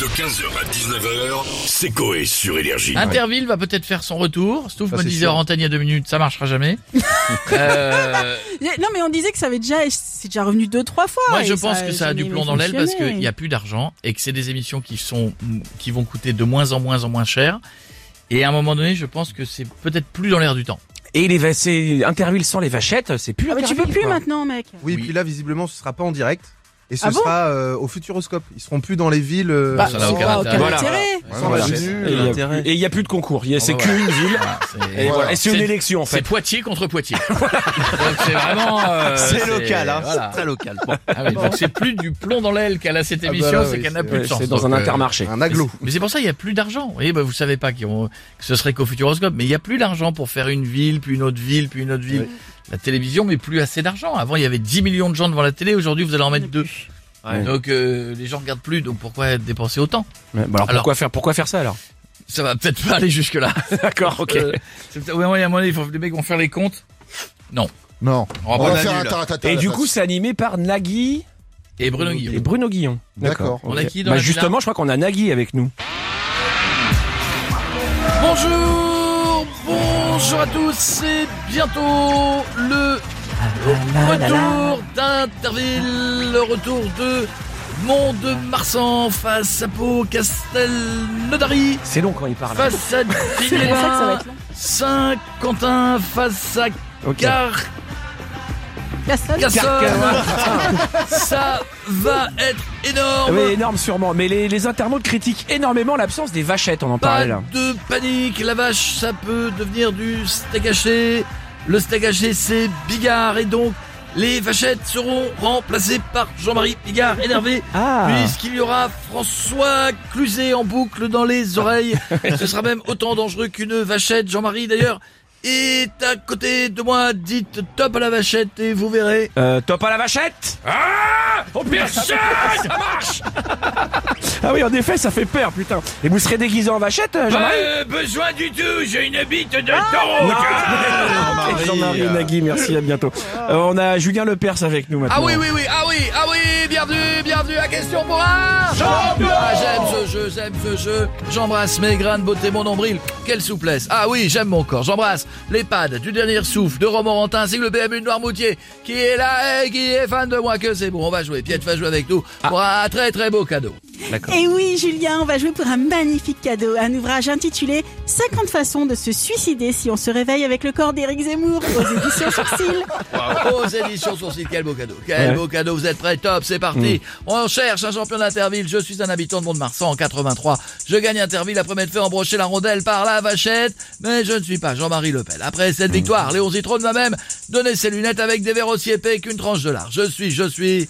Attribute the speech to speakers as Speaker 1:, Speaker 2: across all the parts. Speaker 1: De 15h à 19h, c'est Coé sur Énergie.
Speaker 2: Interville va peut-être faire son retour. Stouff
Speaker 3: Ça,
Speaker 2: me
Speaker 3: c'est
Speaker 2: disait
Speaker 3: sûr.
Speaker 2: en il y a deux minutes, ça marchera jamais. Euh,
Speaker 4: Non, mais on disait que ça avait déjà, c'est déjà revenu deux, trois fois.
Speaker 2: moi,
Speaker 4: Ah, et
Speaker 2: je pense que ça a du
Speaker 4: jamais
Speaker 2: plomb dans l'aile parce
Speaker 4: fonctionné.
Speaker 2: qu'il n'y a plus d'argent et que c'est des émissions qui sont, qui vont coûter de moins en moins en moins cher. Et à un moment donné, je pense que c'est peut-être plus dans l'air du temps.
Speaker 5: Et les va- c'est Interville sans les vachettes, c'est plus
Speaker 4: Ah, mais tu
Speaker 5: Interville,
Speaker 4: peux plus
Speaker 5: quoi.
Speaker 4: maintenant, mec.
Speaker 3: Oui,
Speaker 2: Oui.
Speaker 3: puis là, visiblement, ce sera pas en direct. Et ce
Speaker 4: Ah bon
Speaker 3: sera euh, au Futuroscope. Ils seront plus dans les villes. euh,
Speaker 4: Bah,
Speaker 2: ça n'a
Speaker 4: c'est
Speaker 2: aucun
Speaker 4: pas
Speaker 2: intérêt.
Speaker 5: Voilà.
Speaker 4: intérêt.
Speaker 3: sans
Speaker 5: Voilà.
Speaker 3: la
Speaker 5: Et
Speaker 3: tenue,
Speaker 5: il y a-
Speaker 3: l'intérêt.
Speaker 5: Et il n'y a plus de concours, il y a- c'est
Speaker 2: Bon, bah,
Speaker 5: qu'une
Speaker 2: voilà.
Speaker 5: ville.
Speaker 2: Voilà, c'est-
Speaker 5: Et voilà. Et c'est une
Speaker 2: C'est-
Speaker 5: élection en
Speaker 2: C'est
Speaker 5: fait.
Speaker 2: Poitiers contre Poitiers. Donc c'est vraiment. euh, voilà.
Speaker 6: très local.
Speaker 2: Ah oui, donc c'est plus du plomb dans l'aile qu'elle a cette
Speaker 3: bah
Speaker 2: émission,
Speaker 3: là,
Speaker 2: c'est
Speaker 3: oui,
Speaker 2: qu'elle n'a
Speaker 3: c'est-
Speaker 2: plus de
Speaker 5: Ouais,
Speaker 2: chance.
Speaker 5: C'est dans un
Speaker 2: Donc, euh,
Speaker 5: intermarché.
Speaker 3: Un aglo.
Speaker 2: Mais c'est pour ça il n'y a plus d'argent. Vous voyez, bah, vous savez pas qu'ils ont- que ce serait qu'au Futuroscope, mais il n'y a plus d'argent pour faire une ville, puis une autre ville, puis une autre ville. La télévision, mais plus assez d'argent. Avant, il y avait 10 millions de gens devant la télé, aujourd'hui, vous allez en mettre deux.
Speaker 5: Ouais.
Speaker 2: Donc euh, les gens regardent plus, donc pourquoi dépenser autant
Speaker 5: Ouais, bah alors,
Speaker 2: Alors-
Speaker 5: pourquoi faire pourquoi faire ça alors
Speaker 2: Ça va peut-être pas aller jusque là.
Speaker 5: D'accord, ok.
Speaker 2: Euh, c'est peut-être- ouais, ouais, à un moment donné, il faut les mecs vont faire les comptes.
Speaker 3: Non.
Speaker 2: On va
Speaker 6: On
Speaker 2: pas-
Speaker 6: va faire un taratata à
Speaker 5: Et
Speaker 6: la
Speaker 5: du
Speaker 6: place.
Speaker 5: coup, c'est animé par Nagui
Speaker 2: Et Bruno Guillon.
Speaker 5: et Bruno Guillon.
Speaker 3: D'accord.
Speaker 2: On
Speaker 5: ok.
Speaker 2: a qui dans
Speaker 5: Bah,
Speaker 2: la villa
Speaker 5: justement, je crois qu'on a Nagui avec nous.
Speaker 2: Bonjour, bonjour à tous, c'est bientôt le retour d'Interville, le retour de Mont de Marsan face à Pau, Castelnaudary,
Speaker 5: C'est long quand il parle.
Speaker 2: face à
Speaker 4: C'est pour ça que ça va
Speaker 2: Digne,
Speaker 4: être long.
Speaker 2: Saint-Quentin, face à
Speaker 5: Ok.
Speaker 2: Carcassonne.
Speaker 4: Personne.
Speaker 2: Ça va être énorme.
Speaker 5: Oui, énorme sûrement. Ah, Mais les, les internautes critiquent énormément l'absence des vachettes, on en
Speaker 2: Pas
Speaker 5: parlait là.
Speaker 2: de panique, la vache, ça peut devenir du steak haché. Le steak haché, c'est Bigard et donc les vachettes seront remplacées par Jean-Marie Bigard énervé
Speaker 5: Ah
Speaker 2: puisqu'il y aura François Cluzet en boucle dans les oreilles. Ce sera même autant dangereux qu'une vachette. Jean-Marie d'ailleurs est à côté de moi. Dites top à la vachette et vous verrez.
Speaker 5: Euh, top à la vachette Ah Oh pire ça marche Ah oui, en effet, ça fait peur, putain. Et vous serez déguisé en vachette, euh, Jean-Marie
Speaker 2: besoin du tout, j'ai une bite de taureau.
Speaker 5: Ah, ok, Jean-Marie Nagui, merci, à bientôt. Euh, on a Julien Lepers avec nous maintenant.
Speaker 2: Ah oui, oui, oui, ah oui, ah oui, bienvenue, bienvenue à Question pour un Champion J'aime ce jeu, j'aime ce jeu, j'embrasse mes grains de beauté, mon nombril, quelle souplesse Ah oui, j'aime mon corps, j'embrasse les pads du dernier souffle de Romorantin, sigle le PMU de Noirmoutier, qui est là et qui est fan de moi, que c'est bon, on va jouer, Piette va jouer avec nous pour un très très beau cadeau.
Speaker 4: Et Eh oui, Julien, on va jouer pour un magnifique cadeau, un ouvrage intitulé 50 façons de se suicider si on se réveille avec le corps d'Éric Zemmour aux éditions Sourcils.
Speaker 2: Aux éditions Sourcils, quel beau cadeau. Quel
Speaker 5: Ouais.
Speaker 2: beau cadeau, vous êtes prêts Top, c'est parti. On cherche un champion d'Interville. Je suis un habitant de Mont-de-Marsan en 83. Je gagne Interville après m'être fait embrocher la rondelle par la vachette. Mais je ne suis pas Jean-Marie Le Pen. Après cette victoire, Léon Zitrone m'a même donné ses lunettes avec des verres aussi épais qu'une tranche de lard. Je suis, je suis...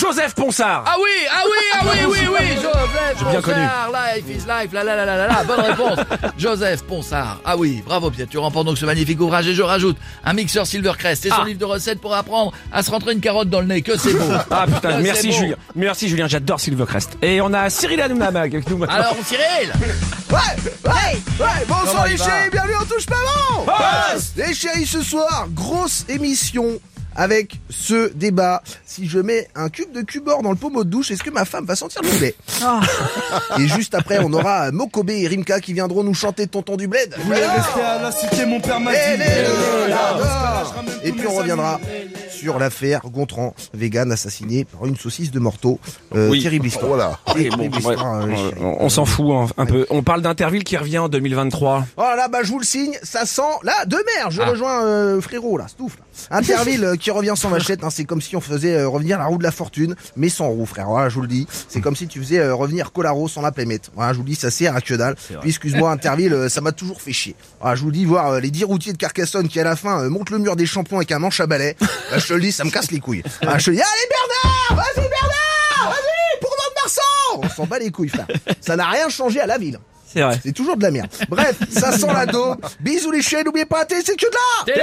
Speaker 5: Joseph Ponsard
Speaker 2: Ah oui, ah oui, ah oui, oui, oui, Joseph
Speaker 5: bien
Speaker 2: Ponsard, life is life, la la la la la la, bonne réponse, Joseph Ponsard. Ah oui, bravo Pierre, tu remportes donc ce magnifique ouvrage et je rajoute un mixeur Silvercrest et son
Speaker 5: Ah.
Speaker 2: livre de recettes pour apprendre à se rentrer une carotte dans le nez, que c'est beau.
Speaker 5: Ah putain,
Speaker 2: Que c'est
Speaker 5: merci
Speaker 2: beau.
Speaker 5: Julien. Merci Julien, j'adore Silvercrest. Et on a Cyril Hanouna Mag avec nous maintenant.
Speaker 2: Alors Cyril
Speaker 7: Ouais, bonsoir les chéris, bienvenue en touche pas bon
Speaker 5: Passe
Speaker 7: Les chéris ce soir, grosse émission avec ce débat. Si je mets un cube de cubor dans le pommeau de douche, est-ce que ma femme va sentir le poulet
Speaker 4: Oh.
Speaker 7: Et juste après, on aura Mokobe et Rimka qui viendront nous chanter Tonton du Bled.
Speaker 6: à la cité, mon père m'a
Speaker 7: Et, les
Speaker 6: Eh,
Speaker 7: deux,
Speaker 6: là,
Speaker 7: j'adore.
Speaker 6: je ramène
Speaker 7: Et
Speaker 6: tous
Speaker 7: puis
Speaker 6: mes
Speaker 7: on reviendra sur l'affaire Gontran, vegan assassiné par une saucisse de morteau. Euh,
Speaker 5: Oui.
Speaker 7: Terrible histoire.
Speaker 6: Voilà.
Speaker 5: Et bon,
Speaker 7: Terrible
Speaker 5: ouais,
Speaker 7: histoire, euh, les
Speaker 5: on-
Speaker 7: chéris.
Speaker 5: on s'en fout hein, un peu. On parle d'Interville qui revient en 2023.
Speaker 7: Oh là là, bah je vous le signe, ça sent là de mer. Je rejoins euh, frérot là, Stouff. Là. Interville euh, qui revient sans machette, hein, c'est comme si on faisait euh, revenir la roue de la fortune, mais sans roue, frère. Voilà, je vous le dis, c'est comme si tu faisais euh, revenir Colaro sans la playmate. Voilà, je vous le dis, ça sert à que dalle. Puis excuse-moi, Interville, euh, ça m'a toujours fait chier. Voilà, je vous le dis, voir euh, les 10 routiers de Carcassonne qui à la fin euh, montent le mur des shampoings avec un manche à balai. Bah, je te le dis, ça me casse les couilles. Ah, je te dis, allez Bernard, vas-y Bernard, vas-y pour notre Marsan. On s'en bat les couilles, frère. Ça n'a rien changé à la ville.
Speaker 5: C'est vrai.
Speaker 7: C'est toujours de la merde. Bref, ça sent la daube. Bisous les chiens, n'oubliez pas, t'es c'est que de là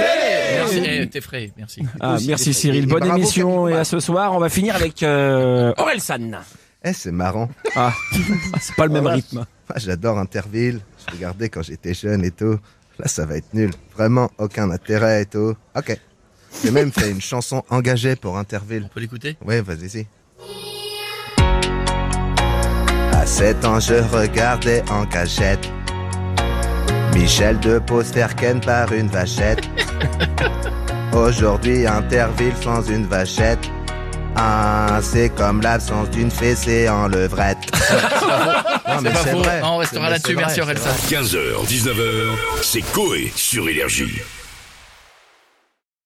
Speaker 2: Merci, eh, t'es frais, merci.
Speaker 5: Ah, merci Cyril,
Speaker 7: Et
Speaker 5: bonne
Speaker 7: bravo,
Speaker 5: émission
Speaker 7: Camille.
Speaker 5: et à ce soir on va finir avec euh, Aurel San.
Speaker 7: Eh, c'est marrant.
Speaker 5: Ah, c'est pas le même rythme.
Speaker 7: Ah, J'adore Interville. Je regardais quand j'étais jeune et tout. Là, ça va être nul. Vraiment aucun intérêt et tout. Ok. J'ai même fait une chanson engagée pour Interville.
Speaker 2: On peut l'écouter
Speaker 7: Ouais, vas-y, si. À 7 ans, je regardais en cachette. Michel de Posterken par une vachette. Aujourd'hui, Interville sans une vachette. Ah, c'est comme l'absence d'une fessée en levrette. Non, mais
Speaker 2: pas
Speaker 7: c'est
Speaker 2: faux.
Speaker 7: vrai.
Speaker 2: Non, on
Speaker 7: C'est-
Speaker 2: restera
Speaker 7: mais
Speaker 2: là-dessus.
Speaker 7: c'est vrai,
Speaker 2: Merci
Speaker 7: c'est
Speaker 2: Aurel
Speaker 7: vrai.
Speaker 1: 15h,
Speaker 2: San.
Speaker 1: 19h, c'est Coé sur Énergie.